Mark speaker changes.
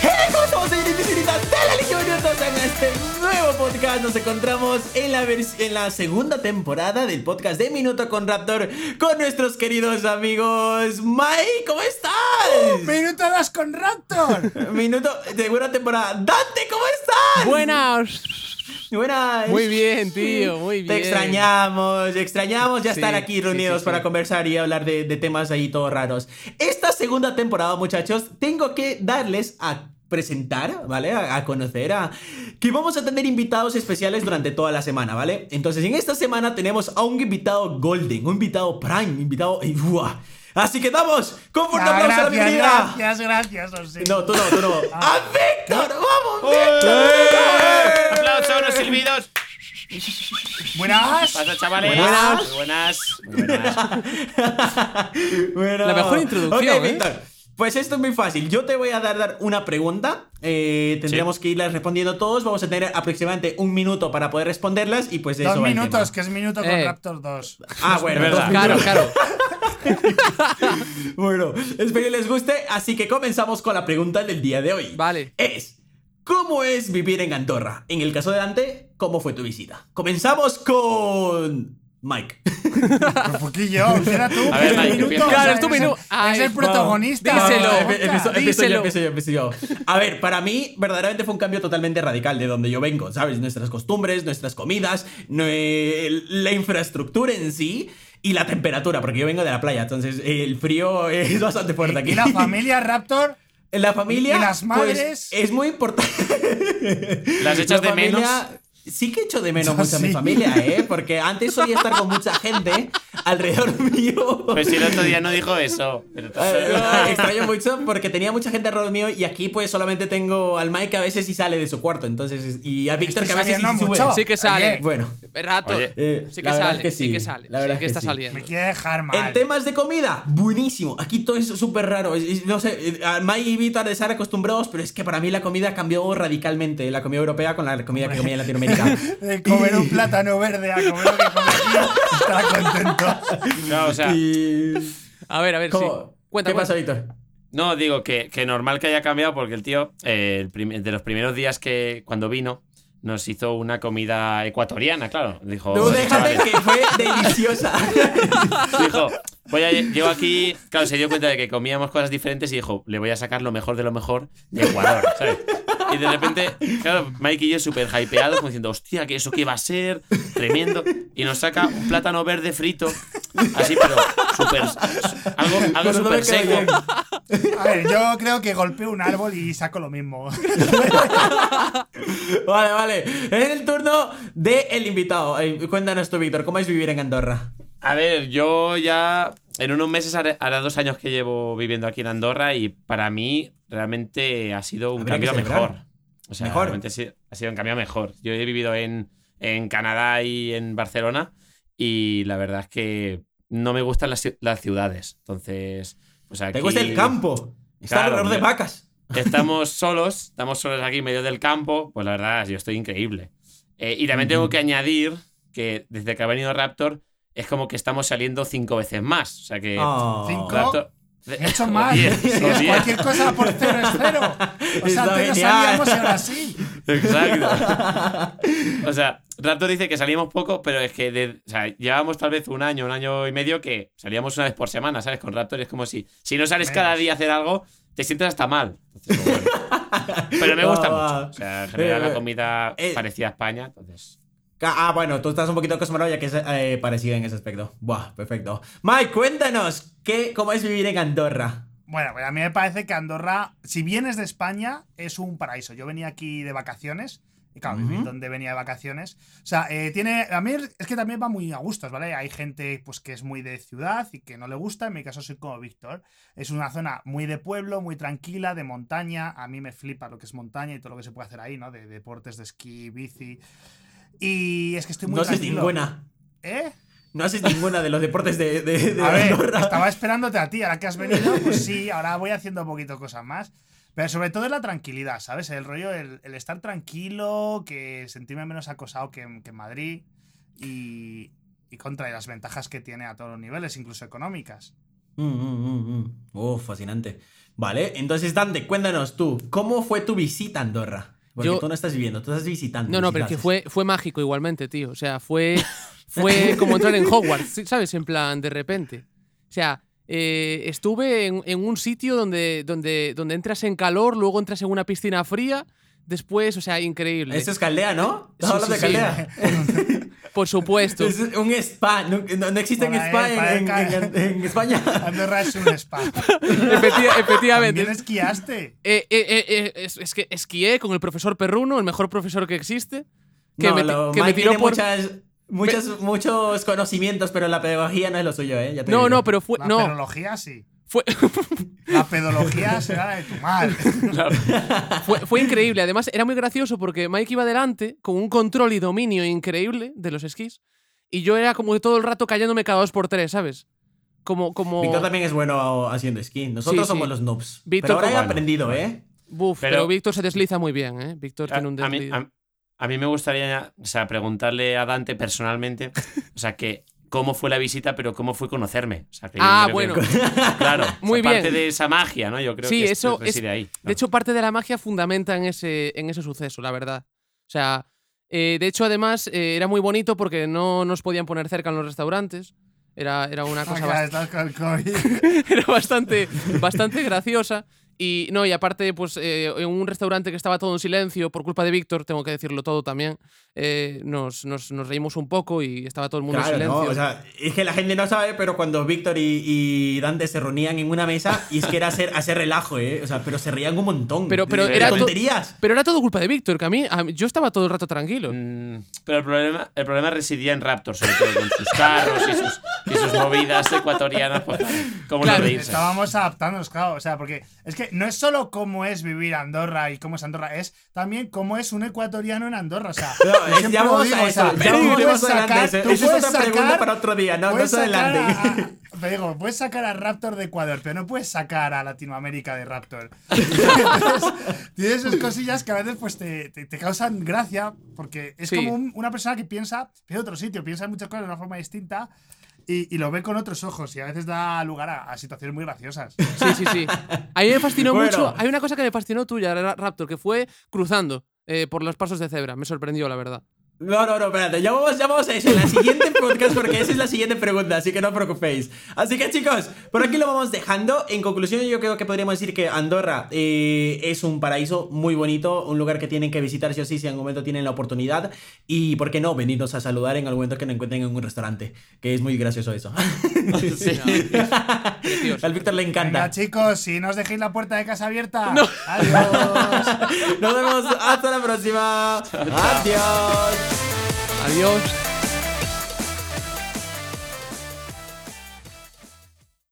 Speaker 1: señoritas y señoritas de la Legión Minutos en este nuevo podcast. Nos encontramos en la, vers- en la segunda temporada del podcast de Minuto con Raptor con nuestros queridos amigos. Mike, ¿cómo estás?
Speaker 2: Oh, ¡Minuto 2 con Raptor!
Speaker 1: Minuto, segunda temporada. Dante, ¿cómo estás?
Speaker 3: Buenas.
Speaker 1: Buenas.
Speaker 3: Muy bien, tío, muy bien.
Speaker 1: Te extrañamos, te extrañamos ya
Speaker 3: Sí,
Speaker 1: estar aquí
Speaker 3: sí,
Speaker 1: reunidos
Speaker 3: sí, sí.
Speaker 1: para conversar y hablar de, de temas ahí todos raros. Esta segunda temporada, muchachos, tengo que darles a presentar, ¿vale? A, a conocer a... Que vamos a tener invitados especiales durante toda la semana, ¿vale? Entonces, en esta semana tenemos a un invitado golden, un invitado prime, un invitado... y, ¡buah! Así que damos con fuerte
Speaker 2: Ah,
Speaker 1: aplauso a la
Speaker 2: gracias,
Speaker 1: bienvenida.
Speaker 2: gracias, Ah. gracias, os sí.
Speaker 1: No, tú no, tú no. ¡A Víctor! ¡Vamos,
Speaker 4: ¡Eh!
Speaker 1: Víctor!
Speaker 4: Aplausos, unos silbidos.
Speaker 2: Buenas.
Speaker 4: Pasa, chavales.
Speaker 1: Buenas.
Speaker 4: Muy buenas. Muy buenas.
Speaker 1: Bueno.
Speaker 3: La mejor introducción,
Speaker 1: Ok,
Speaker 3: ¿eh?
Speaker 1: Víctor, Pues esto es muy fácil. Yo te voy a dar, dar una pregunta. Eh, tendremos que irlas respondiendo todos. Vamos a tener aproximadamente un minuto para poder responderlas. Y pues de
Speaker 2: Dos
Speaker 1: eso va el
Speaker 2: minutos,
Speaker 1: tema.
Speaker 2: que es minuto con
Speaker 3: Eh.
Speaker 2: Raptor 2.
Speaker 1: Ah, bueno,
Speaker 4: Es
Speaker 1: dos
Speaker 4: verdad.
Speaker 3: Claro,
Speaker 1: minutos.
Speaker 3: claro.
Speaker 1: Bueno, espero que les guste. Así que comenzamos con la pregunta del día de hoy.
Speaker 3: Vale.
Speaker 1: Es: ¿Cómo es vivir en Andorra? En el caso de Dante, ¿cómo fue tu visita? Comenzamos con. Mike.
Speaker 2: ¿Por qué yo? Era tú.
Speaker 4: A ver, Mike,
Speaker 2: minuto,
Speaker 4: empieza.
Speaker 2: o sea,
Speaker 3: Claro, es tu
Speaker 2: eres
Speaker 3: minu-
Speaker 2: el-
Speaker 3: Ay,
Speaker 2: Es el
Speaker 3: wow.
Speaker 2: protagonista.
Speaker 3: Díselo.
Speaker 2: Ah,
Speaker 1: Empe- empiezo-
Speaker 2: podcast.
Speaker 1: empiezo yo,
Speaker 3: díselo.
Speaker 1: empiezo yo, empiezo yo. A ver, para mí, verdaderamente fue un cambio totalmente radical de donde yo vengo, ¿sabes? Nuestras costumbres, nuestras comidas, no- eh, la infraestructura en sí y la temperatura, porque yo vengo de la playa, entonces eh, el frío es bastante fuerte aquí.
Speaker 2: Y la familia Raptor.
Speaker 1: La familia.
Speaker 2: y las
Speaker 1: pues,
Speaker 2: madres.
Speaker 1: es muy importante.
Speaker 4: ¿Las echas
Speaker 1: La
Speaker 4: de menos?
Speaker 1: Sí que echo de menos
Speaker 2: Yo
Speaker 1: mucho a mi
Speaker 2: sí.
Speaker 1: familia, ¿eh? Porque antes solía estar con mucha gente alrededor mío.
Speaker 4: Pues si el otro día no dijo eso. Pero-
Speaker 1: Eh, Extraño mucho porque tenía mucha gente alrededor mío y aquí pues solamente tengo al Mike que a veces sí sale de su cuarto, entonces y a Víctor
Speaker 2: Estoy
Speaker 1: que a veces sí
Speaker 2: saliendo
Speaker 1: sube.
Speaker 2: mucho.
Speaker 3: Sí que sale.
Speaker 2: Oye,
Speaker 1: Bueno,
Speaker 3: Rato.
Speaker 4: Oye,
Speaker 1: eh,
Speaker 3: sí
Speaker 1: la
Speaker 3: que
Speaker 1: verdad
Speaker 3: sale,
Speaker 1: es que sí,
Speaker 3: que sale.
Speaker 1: la verdad
Speaker 3: sí que
Speaker 1: es que
Speaker 3: está
Speaker 1: sí.
Speaker 3: saliendo.
Speaker 2: Me quiere dejar
Speaker 1: en
Speaker 2: mal.
Speaker 1: temas de comida, buenísimo. Aquí todo es súper raro. Es- es- No sé, eh, a Mike y Víctor de estar acostumbrados, pero es que para mí la comida cambió radicalmente, la comida europea con la comida que comía en Latinoamérica.
Speaker 2: De Eh, comer un plátano verde a comer lo que comí aquí, Estaba contento.
Speaker 4: No, o sea,
Speaker 1: Y-
Speaker 3: A ver, a ver, sí.
Speaker 1: ¿Cómo?
Speaker 3: Cuenta,
Speaker 1: ¿Qué
Speaker 3: cuenta.
Speaker 1: pasa, Víctor?
Speaker 4: no, digo que, que normal que haya cambiado porque el tío, eh, el prim- de los primeros días que cuando vino, nos hizo una comida ecuatoriana, claro. Dijo,
Speaker 1: Tú déjate
Speaker 4: "Chavales",
Speaker 1: que fue deliciosa.
Speaker 4: dijo, voy a, llevo aquí. Claro, se dio cuenta de que comíamos cosas diferentes y dijo, le voy a sacar lo mejor de lo mejor de Ecuador, ¿sabes? Y de repente, claro, Mike y yo súper hypeados, como diciendo, hostia, que eso qué va a ser, tremendo. Y nos saca un plátano verde frito, así, pero súper. Algo, algo
Speaker 1: Pero no me
Speaker 4: súper
Speaker 1: queda
Speaker 4: seco.
Speaker 1: bien.
Speaker 2: A ver, yo creo que golpeo un árbol y saco lo mismo.
Speaker 1: Vale, vale. Es el turno del el invitado. Eh, Cuéntanos tú, Víctor, ¿cómo es vivir en Andorra?
Speaker 4: A ver, yo ya en unos meses haré, hará dos años que llevo viviendo aquí en Andorra y para mí realmente ha sido un
Speaker 1: Habría que
Speaker 4: cambio
Speaker 1: celebrar.
Speaker 4: mejor. O sea,
Speaker 1: Mejor.
Speaker 4: realmente ha sido, ha sido un cambio mejor. Yo he vivido en, en Canadá y en Barcelona y la verdad es que no me gustan las, ci- las ciudades. Entonces, pues aquí
Speaker 1: ¿Te gusta el campo? Estar
Speaker 4: Claro,
Speaker 1: alrededor de
Speaker 4: hombre.
Speaker 1: vacas.
Speaker 4: Estamos solos, estamos solos aquí en medio del campo. Pues la verdad, yo estoy increíble. Eh, y también tengo que añadir que desde que ha venido Raptor es como que estamos saliendo cinco veces más. O sea que...
Speaker 1: Oh.
Speaker 2: Cinco.
Speaker 4: Raptor-
Speaker 2: Hecho
Speaker 4: o
Speaker 2: mal.
Speaker 4: diez,
Speaker 2: Sí,
Speaker 4: o diez.
Speaker 2: Cualquier cosa por cero es cero. O
Speaker 1: Está
Speaker 2: sea, antes no
Speaker 1: genial.
Speaker 2: salíamos y ahora sí.
Speaker 4: Exacto. O sea, Raptor dice que salimos poco, pero es que de- o sea, llevábamos tal vez un año, un año y medio que salíamos una vez por semana, ¿sabes? Con Raptor es como si, si no sales cada día a hacer algo, te sientes hasta mal. Entonces, como, bueno. Pero me gusta
Speaker 1: Ah, va.
Speaker 4: mucho. O sea, en general
Speaker 1: Eh,
Speaker 4: la comida
Speaker 1: eh.
Speaker 4: parecía a España, entonces...
Speaker 1: Ca- Ah, bueno, tú estás un poquito acostumbrado ya que es eh, parecido en ese aspecto. Buah, perfecto. Mike, cuéntanos, ¿qué, ¿cómo es vivir en Andorra?
Speaker 2: Bueno, pues a mí me parece que Andorra, si vienes de España, es un paraíso. Yo venía aquí de vacaciones. Y claro, vivir
Speaker 1: Ujú.
Speaker 2: donde venía de vacaciones. O sea, eh, tiene. A mí es que también va muy a gustos, ¿vale? Hay gente pues que es muy de ciudad y que no le gusta. En mi caso soy como Víctor. Es una zona muy de pueblo, muy tranquila, de montaña. A mí me flipa lo que es montaña y todo lo que se puede hacer ahí, ¿no? De deportes de esquí, bici. Y es que estoy muy
Speaker 1: no haces
Speaker 2: tranquilo.
Speaker 1: ninguna.
Speaker 2: ¿Eh?
Speaker 1: No haces ninguna de los deportes de, de- de
Speaker 2: A ver,
Speaker 1: Andorra.
Speaker 2: estaba esperándote a ti, ahora que has venido, pues sí, ahora voy haciendo un poquito cosas más. Pero sobre todo es la tranquilidad, ¿sabes? El rollo, el, el estar tranquilo, que sentirme menos acosado que, en- que en Madrid y, y contra y las ventajas que tiene a todos los niveles, incluso económicas.
Speaker 1: Mm, mm, mm, mm. Oh, fascinante. Vale, entonces Dante, cuéntanos tú, ¿cómo fue tu visita a Andorra? Porque
Speaker 3: Yo-
Speaker 1: tú no estás viviendo, tú estás visitando.
Speaker 3: No, no, pero es que
Speaker 1: visitaste.
Speaker 3: fue, fue mágico igualmente, tío. O sea, fue, fue como entrar en Hogwarts, ¿sabes? En plan, de repente. O sea, eh, estuve en, en un sitio donde, donde, donde entras en calor, luego entras en una piscina fría, después, o sea, increíble.
Speaker 1: Eso es Caldea, ¿no? ¿Estás
Speaker 3: Sí,
Speaker 1: hablando
Speaker 3: sí,
Speaker 1: de
Speaker 3: sí.
Speaker 1: Caldea?
Speaker 3: Por supuesto.
Speaker 1: Es un spa, no, no- no existe un
Speaker 2: Para
Speaker 1: spa
Speaker 2: él,
Speaker 1: en,
Speaker 2: para él,
Speaker 1: en-
Speaker 2: ca-
Speaker 1: en- en España.
Speaker 2: Andorra es un spa.
Speaker 3: Efecti- efectivamente.
Speaker 2: También esquiaste.
Speaker 3: Eh, eh, eh, eh, es, es que esquié con el profesor Perruno, el mejor profesor que existe. Que
Speaker 1: no,
Speaker 3: me, ti-
Speaker 1: lo-
Speaker 3: que me
Speaker 1: Mike
Speaker 3: tiró
Speaker 1: tiene
Speaker 3: por.
Speaker 1: muchas- muchos, muchos conocimientos, pero la pedagogía no es lo suyo, ¿eh? Ya te
Speaker 3: No,
Speaker 1: digo.
Speaker 3: no, pero fue.
Speaker 2: La
Speaker 3: No,
Speaker 2: pedología sí.
Speaker 3: fue.
Speaker 2: La pedología será la de tu madre.
Speaker 3: Fue, fue increíble. Además, era muy gracioso porque Mike iba adelante con un control y dominio increíble de los esquís. Y yo era como que todo el rato callándome cada dos por tres, ¿sabes? Como. como...
Speaker 1: Víctor también es bueno haciendo skin. Nosotros
Speaker 3: Sí, sí.
Speaker 1: somos los noobs.
Speaker 3: Víctor
Speaker 1: pero ahora he
Speaker 4: Cobano.
Speaker 1: aprendido, ¿eh?
Speaker 3: Buf, pero...
Speaker 4: Pero-
Speaker 3: Víctor se desliza muy bien, ¿eh? Víctor
Speaker 4: A,
Speaker 3: tiene un
Speaker 4: a mí,
Speaker 3: desliz.
Speaker 4: a- a mí me gustaría o sea, preguntarle a Dante personalmente, o sea, que cómo fue la visita, pero cómo fue conocerme. O sea, que yo
Speaker 3: Ah,
Speaker 4: creo
Speaker 3: bueno.
Speaker 4: que- claro.
Speaker 3: Muy
Speaker 4: o sea, Parte
Speaker 3: bien.
Speaker 4: de esa magia, ¿no? Yo creo
Speaker 3: Sí,
Speaker 4: que
Speaker 3: eso es-
Speaker 4: reside ahí. ¿no?
Speaker 3: De hecho, parte de la magia fundamenta en ese, en ese suceso, la verdad. O sea, eh, de hecho, además, eh, era muy bonito porque no nos podían poner cerca en los restaurantes. Era, era una cosa
Speaker 2: Acá
Speaker 3: bastante,
Speaker 2: estás con el COVID.
Speaker 3: era bastante, bastante graciosa. Y no, y aparte, pues eh, en un restaurante que estaba todo en silencio, por culpa de Víctor, tengo que decirlo todo también, eh, nos, nos- nos reímos un poco y estaba todo el mundo en
Speaker 1: Claro, no,
Speaker 3: silencio.
Speaker 1: o sea, es que la gente no sabe, pero cuando Víctor y, y Dante se reunían en una mesa, y es que era hacer, hacer relajo, ¿eh? O sea, pero se reían un montón.
Speaker 3: Pero- pero
Speaker 1: De
Speaker 4: era to-
Speaker 1: tonterías.
Speaker 3: Pero era todo culpa de Víctor, que a mí, a mí- yo estaba todo el rato tranquilo.
Speaker 4: Mm, Pero el problema, el problema residía en Raptor, sobre todo con sus carros y sus, y sus movidas ecuatorianas. Pues, claro, ¿Cómo
Speaker 3: Claro.
Speaker 4: no reírse?
Speaker 2: Estábamos adaptándonos, claro. O sea, porque es que no es solo cómo es vivir Andorra y cómo es Andorra, es también cómo es un ecuatoriano en Andorra. O sea,
Speaker 1: No, es-
Speaker 2: siempre
Speaker 1: ya
Speaker 2: lo
Speaker 1: vamos
Speaker 2: digo,
Speaker 1: a
Speaker 2: o sea,
Speaker 1: eso. ya
Speaker 2: tú
Speaker 1: vamos
Speaker 2: puedes
Speaker 1: más adelante.
Speaker 2: sacar-
Speaker 1: Esa
Speaker 2: tú
Speaker 1: esa es
Speaker 2: puedes
Speaker 1: otra pregunta
Speaker 2: sacar-
Speaker 1: para otro día. No, no
Speaker 2: puedes
Speaker 1: se
Speaker 2: sacar
Speaker 1: adelante.
Speaker 2: a- a- te digo, puedes sacar a Raptor de Ecuador, pero no puedes sacar a Latinoamérica de Raptor. Tiene sus cosillas que a veces pues, te, te- te causan gracia, porque es
Speaker 3: Sí.
Speaker 2: como un- una persona que piensa, en otro sitio, piensa en muchas cosas de una forma distinta. Y, y lo ve con otros ojos y a veces da lugar a- a situaciones muy graciosas.
Speaker 3: Sí, sí, sí. A mí me fascinó
Speaker 1: Bueno.
Speaker 3: mucho. Hay una cosa que me fascinó tuya, Ra- Raptor, que fue cruzando eh, por los pasos de cebra. Me sorprendió, la verdad.
Speaker 1: No, no, no, espérate, ya vamos, ya vamos a eso, en la siguiente podcast, porque esa es la siguiente pregunta, así que no os preocupéis. Así que chicos, por aquí lo vamos dejando. En conclusión, yo creo que podríamos decir que Andorra eh, es un paraíso muy bonito, un lugar que tienen que visitar sí o sí, si en algún momento tienen la oportunidad. Y, ¿por qué no? Venidnos a saludar en algún momento que nos encuentren en un restaurante, que es muy gracioso eso.
Speaker 4: Sí.
Speaker 3: Precioso.
Speaker 1: Al Víctor le encanta.
Speaker 2: Venga, chicos, si no os dejéis la puerta de casa abierta. Adiós.
Speaker 1: Nos vemos hasta la próxima. Adiós.
Speaker 3: Adiós.